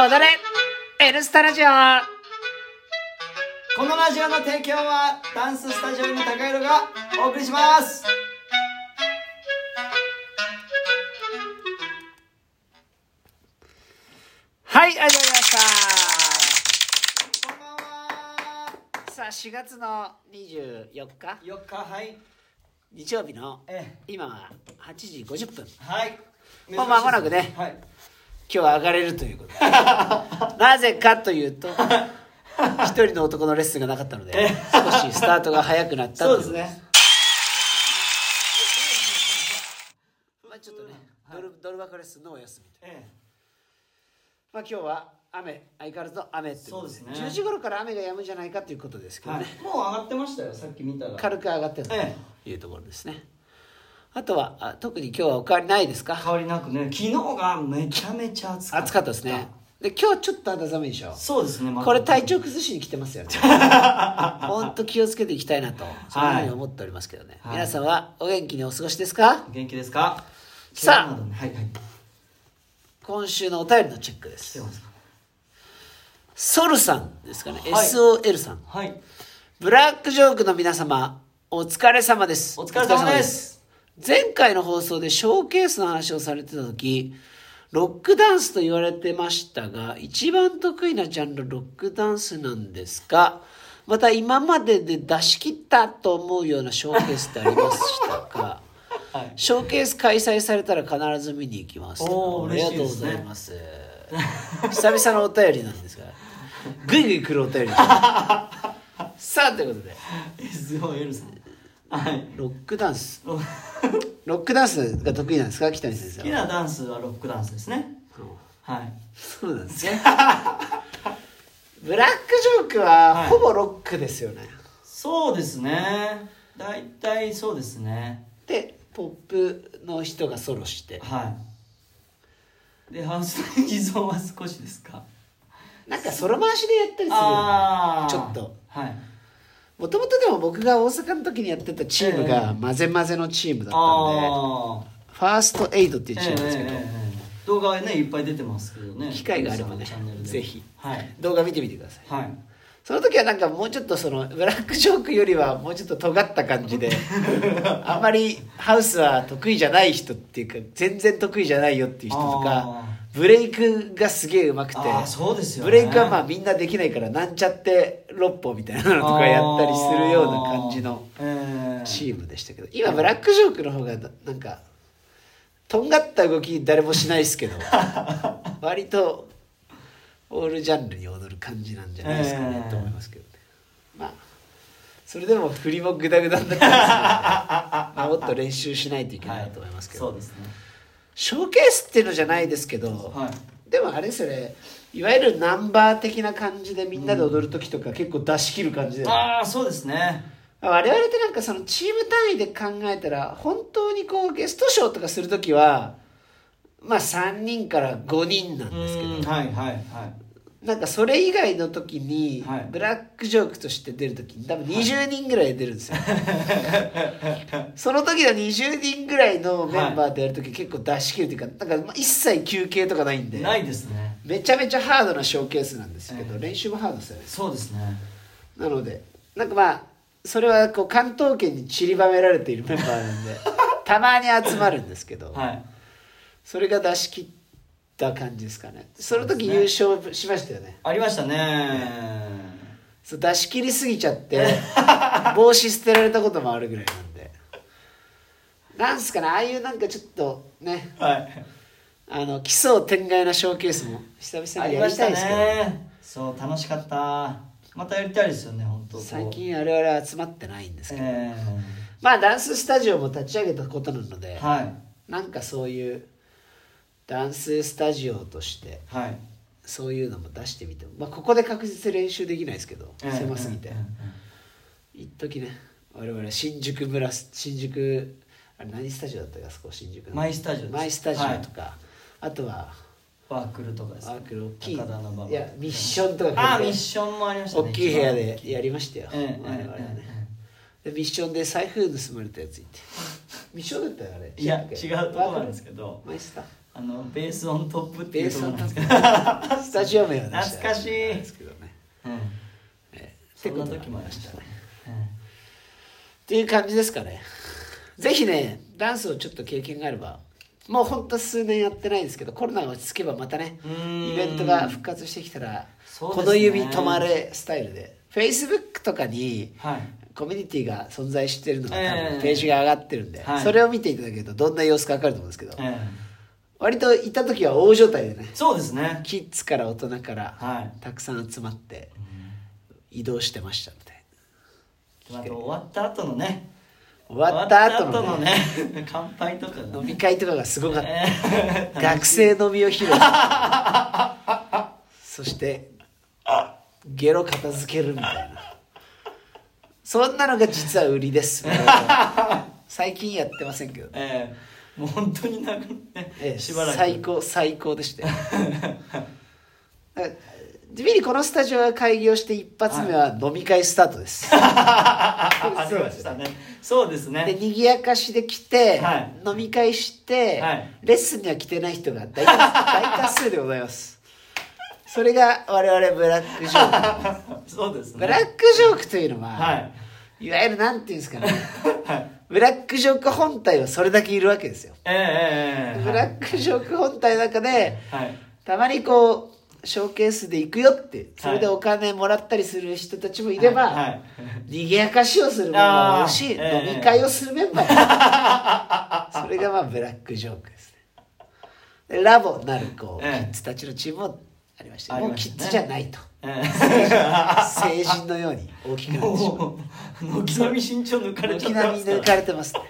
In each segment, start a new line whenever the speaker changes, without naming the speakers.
踊れエルスタラジオ
このラジオの提供はダンススタジオの高色がお送りします
はい、ありがとうございまし
こんばんは
たさあ、4月の24日、
4日はい
日曜日の
え
今は8時50分。
えはい
もう間もなくね
はい
今日は上がれるということで なぜかというと一人の男のレッスンがなかったので
え
少しスタートが早くなった
そう
と
で
い
す
う
ね
まあちょっとね
はい
ドルドルバカレッスンのお休みと
え
まあ今日は雨相変わらずの雨ってこと
そうですね
10時頃から雨が止むんじゃないかということですけ
え
ど
は
ね、
いもう上がってましたよさっき見たら
軽く上がってると
え
いうところですね、あとはあ特に今日はお変わりないですか
変わりなくね昨日がめちゃめちゃ暑かった
暑かったですねで今日ちょっと肌寒いでしょ
そうですねまだ
これ体調崩しに来て ますよね本当気をつけていきたいなとそんなふうに思っておりますけどね、
はい
皆さんはお元気にお過ごしですか
元気ですか
さあ
怪我などねはいはい
今週のお便りのチェックで
来
す
てますか
ソルさんですかね、
はい
SOL さん
はい
ブラックジョークの皆様お疲れ様です
お疲れ様です
お疲れ様です前回の放送でショーケースの話をされてた時ロックダンスと言われてましたが一番得意なジャンルロックダンスなんですかまた今までで出し切ったと思うようなショーケースってありましたか
はい
ショーケース開催されたら必ず見に行きます
おー
ありが
嬉しい
とうご
ですね
ざいます 久々のお便りなんですがぐいぐい来るお便りです さあということで
SOL さんはい
ロックダンス
好
ロックダンスが得意なんですか北見先生
き
は
なダンスはロックダンスですね
うん
はい
そうなんですね ブラックジョークは
はい
ほぼロックですよね、
そうですね大体そうですね
でポップの人がソロして
はいでハウスの依存は少しですか
なんかソロ回しでやったりする
ああ
ちょっと
はい
もともとでも僕が大阪の時にやってたチームが
え
混ぜ混ぜのチームだったんで、
ああ
ファーストエイドっていうチームなんですけど、
動画はねいっぱい出てますけどね
機会があればね
チャンネルで
ぜひ
はい
動画見てみてください
はい
その時はなんかもうちょっとそのブラックジョークよりはもうちょっと尖った感 じであまりハウスは得意じゃない人っていうか全然得意じゃないよっていう人とか
あ
ブレイクがすげえうまくて
あーそうですよ
ブ
ね
レイクはまあみんなできないからなんちゃって六歩みたいなのとかやったりするような感じの
あーええ
チームでしたけど今ブラックジョークの方がななんかとんがった動き誰もしないですけ ど割とオールジャンルに踊る感じなんじゃないですかね、
えー
と思いますけどねまあそれでも振りもグダグダになったんですけど、ね まあ、もっと練習しないといけないなと思いますけど、
はいそうですね
ショーケースっていうのじゃないですけど、
はい
でもあれそれいわゆるナンバー的な感じでみんなで踊る時とか結構出し切る感じで、
ああそうですね
我々ってなんかそのチーム単位で考えたら本当にこうゲストショーとかする時はまあ3人から5人なん
う
ですけど
んはいはいはい
なんかそれ以外の時に、
はい
ブラックジョークとして出る時に多分20人ぐらい出るんです よ、その時の20人ぐらいのメンバーでやる時結構出し切るというかなんかまあ一切休憩とかないんで
ないですね
めちゃめちゃハードなショーケースなんですけど、
ええ
練習もハードですよね
そうですね
なのでなんかまあそれはこう関東圏に散りばめられているメンバーなん でたまに集まるんですけど、
はい
それが出し切った感じですかねその時
そう
優
です
勝しましたよね
ありましたね
そう出し切りすぎちゃって 帽子捨てられたこともあるぐらいなんでなんすかねああいうなんかちょっとね
はい
あの奇想天外なショーケースも久々
あ
に
り
や
ま
り
したた
いですけど、
ねそう楽しかったまたやりたいですよね本当
最近我々は集まってないんですけど、
え
まあダンススタジオも立ち上げたことなの
え
で、
はい
なんかそういうダンススタジオとして
はい
そういうのも出してみても、まあ、ここで確実に練習できないですけど、狭すぎて、
えええ
一時ね我々新宿村新宿あれ何スタジオだったかあそこ新宿の
マイスタジオです
マイスタジオとか、あとは
えワークルとかです
アークル大きい
高田馬場
いやミッションとか
ああミッションもありましたね
大きい部屋でやりましたよ、
ええ
我々は
えええ
ね、でミッションで財布盗まれたやついてミッションだったよあれ
いや違うとこなんですけど
マイスタ
あのベースオントップっ
ベ
てい
ー
うと
ス
ころ
の
なんですけど、
スタジアムやな
懐かしい
ですけどね
うん、
て
そん
こ
な
とが
時もありましたね、
っていう感じですかねぜひねダンスをちょっと経験があればもうほんと数年やってないんですけどコロナが落ち着けばまたね
うん
イベントが復活してきたら
そうです
こ
ね
の指止まれスタイルで Facebook とかに
はい
コミュニティが存在してるのが多
ええ
分ページが上がってるんで、
はい
それを見ていただけるとどんな様子か分かると思うんですけど、
え
割と行った時は大所帯でね
えそうですね、
キッズから大人から、
はい
たくさん集まって移動してましたので
あと終わった後のね
終わった後
終わ
の
った後の
ね
ね乾杯とかが
飲み会とかがすごかった、
ええ
学生飲みを披露 そしてゲロ片付けるみたいなそんなのが実は売りです ね最近やってませんけどね、
ええもう本当になくね、
ええ
しばらく
最高最高でしたよだから地味にこのスタジオが開業して一発目は飲み会スタート です、
ありましたねそうですね
で賑やかしで来て、
はい
飲み会して、
はい
レッスンには来てない人が大多大多数でございますそれが我々ブラックジョ ーク
そうですね
ブラックジョークというのは、
はい
い、わゆるなんていうんですかね
はい
ブラックジョーク本体はそれだけいるわけですよ
ええええええ
ブラックジョーク本体の中で
はい
たまにこうショーケースで行くよってそれでお金もらったりする人たちもいれば、
はいはい
賑やかしをするメンバーもいるし、
あーええ
飲み会をするメンバーもいるそれがまあブラックジョークですねでラボなるこう、
ええ
キッズたちのチームもありまして、
あり
もう
まし
キ
たね
ッズじゃ ないと
え
成人のように大きく
え
なってしまう
もう軒並み身長抜かれち
軒
ゃってま
並み
すから
抜かれてますね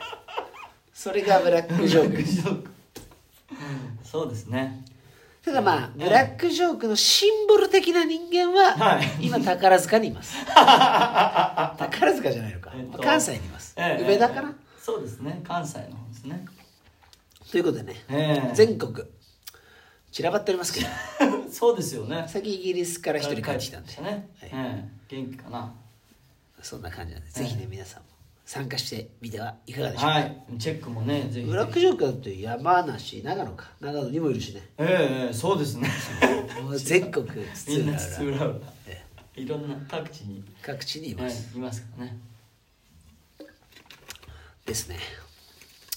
それがブラックジョークです
そうですね
ただまあ
ええ
ブラックジョークのシンボル的な人間は、
はい
今宝塚にいます 宝塚じゃないのか、
えっと
関西にいます、
ええ
梅田かな、
そうですね関西の方ですね
ということでね、
ええ
全国散らばっておりますけど
そうですよね
先イギリスから一人帰ってきたんで
帰ってね
はい
ええ元気かな
そんな感じなんで
ええ
ぜひね皆さんも参加してみてはいかがでしょうか、
はいチェックもねぜひ
ブラックジョークだって山梨長野か長野にもいるしね
ええええそうです ね
もう全国
み
津
ん
々
な
浦
津
々
々浦々
え
いろんな各地に
え各地にい
は
ま
い
す、
いますからね
ですね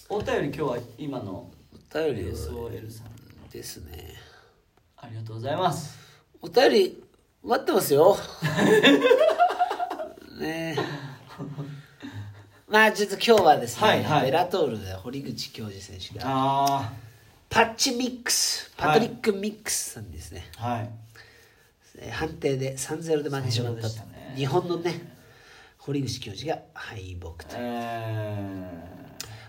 お便り今日は今の
お便りを
SOL さん
ですね
ありがとうございます
お便り待ってます よねえまあちょっと今日はですね、
はいはい
ベラトールで堀口教授選手が
あ
パッチミックスパトリック・ミックスさんですね、
あはい
えー判定で3-0で負けてしまった
3-0でしたね
日本のね堀口教授が敗北と
え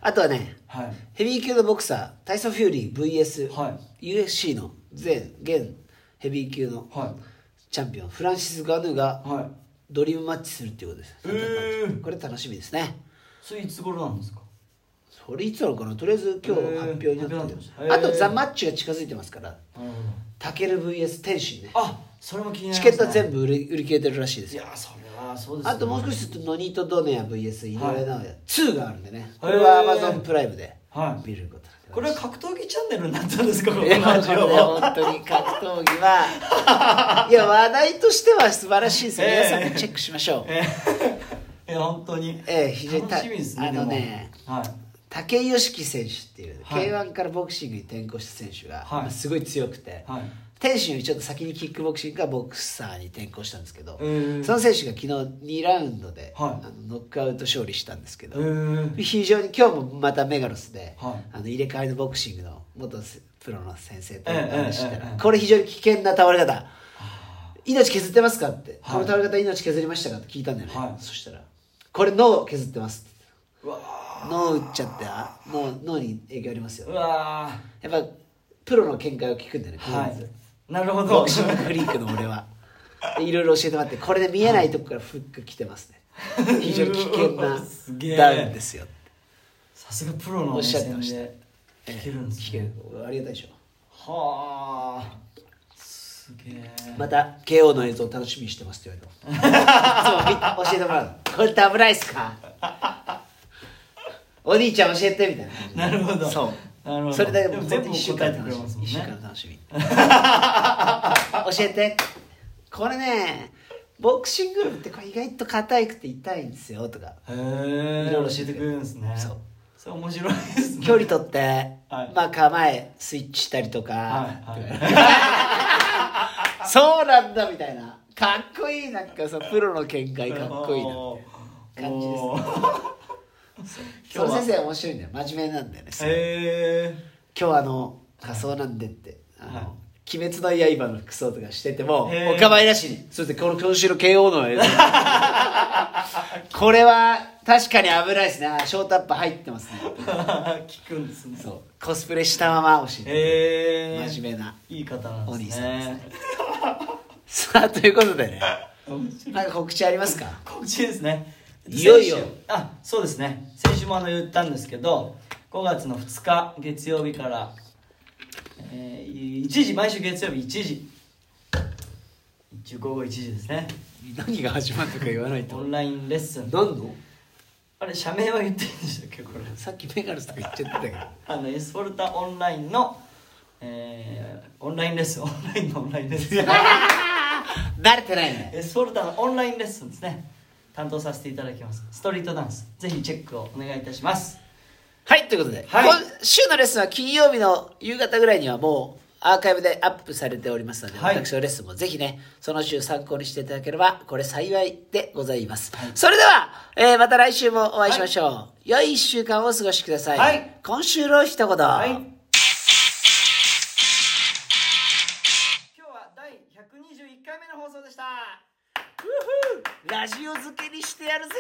あとはね
ー、はい
ヘビー級のボクサータイソン・フューリー VS、
は
UFC の前現ヘビー級の
は
チャンピオンフランシス・ガヌーが
いはい
ドリームマッチするっていうことです、
えー
これ楽しみですね
それいつ頃なんですか
それいつなのかなとりあえず今日
えー
発表になったけど、
発表にな
あ
ってます
とザ・マッチが近づいてますから
なるほ
タケル VS 天心ね
どあそれも気になり
チケ
ます、ね、
ットは全部売り売り切れてるらしいです
い
よ
やそれはそうです、ね、
あともう少しするとノニート・ドネア VS 井上尚弥2があるんでねこれ
へ
は
ー
Amazon プライムで
はい
見ることができます
これは格闘技チャンネルになったんですかこの
いや
ラジオは
本当に格闘技は いや話題としては素晴らしいですよ
ええ
皆さんもチェックしましょう
え ー、いや本当に
ええ非常にた
楽しみですね
あのね
でもはい
武井良樹選手っていう、
はい
k 1からボクシングに転向した選手が、
はい
まあすごい強くて、
はい
天心よりちょっと先にキックボクシングからボクサーに転向したんですけど、
ええ
その選手が昨日2ラウンドで、
はい
あのノックアウト勝利したんですけ
え
ど、
ー、
非常に今日もまたメガロスで、
はい
あの入れ替えのボクシングの元プロの先生とお
ええ
話ししたら、
ええええ
これ非常に危険な倒れ方命削ってますかって、
は
こ
い
の倒れ方命削りましたかって聞いたんだよね、
はい
そしたら「これ脳を削ってます」って。
うわ
脳打っちゃってあ脳脳に影響あります
ーう
よ
わー
やっぱプロの見解を聞くんだよね、
はい。なるほ
必ずボ ク。シ
ど
ングフリークの俺はでいろいろ教えてもらってこれで見えないとこからフック来てます ね非常に危険
う
な
わすげえ
ダウンですよ
さすがプロの
おっ
目
しゃって
線
ました
で聞けるんです
危険
ね。
ありがたいでしょ
はあ。すげえ。
また KO の映像を楽しみにしてますって言われていつも教えてもらうのこれって危ないっすかお兄ちゃん教えてみたいな
なるほど。
そう
う。なるほど
それだけ
で
も
も
う
全部
一週間
答えてく
楽
れ
し
ます
み
もん
一週
ね
間楽しみ教えてこれねボクシングルーってこれ意外と硬くて痛いんですよとか
へえ
いろいろ
教えてくれるんですね
そう
それ面白いですね
距離取って、
はい
まあ構えスイッチしたりとか、
はいはい
そうなんだみたいなかっこいいなんかさプロの見解かっこいいな
おー
感じですね
おー
その先生面白いんだよ真面目なんだよね、
へ
今日あの仮装なんでって、あの
はい
鬼滅の刃の服装とかしてても、
へー
お構いなしにそしてこの今週の慶応の映像 これは確かに危ないですねショートアップ入ってますね
え聞くんですね
そうコスプレしたまま教えてくれる、
へえ
真面目ない
い方なん
お兄
で
さ
す
んですね
ね
さあということでね
面白い
なんか告知ありますか
告知ですね
いよいよ
先週あそうですね先週もあの言ったんですけど5月の2日月曜日から、えー、1時毎週月曜日1時一応午後1時ですね
何が始まるとか言わない
オ
と
ンラインレッスン
何の
あれ社名は言っていいんでしたっけこれ
さっきメガルスとか言っちゃってたけど
あのエスフォルタオンラインの、えー、オンラインレッスンオンラインのオンラインレ ッスン
慣れてないね
エスフォルタのオンラインレッスンですね担当させていただきますストリートダンスぜひチェックをお願いいたします
はいということで、
はい
今週のレッスンは金曜日の夕方ぐらいにはもうアーカイブでアップされておりますので、
はい
私のレッスンもぜひねその週参考にしていただければこれ幸いでございます、それでは、えーまた来週もお会いしましょう、良い1週間をお過ごしください、
はい
今週の一言、
はい。今日は第121回目の放送でした。
ラジオ漬けにしてやるぜ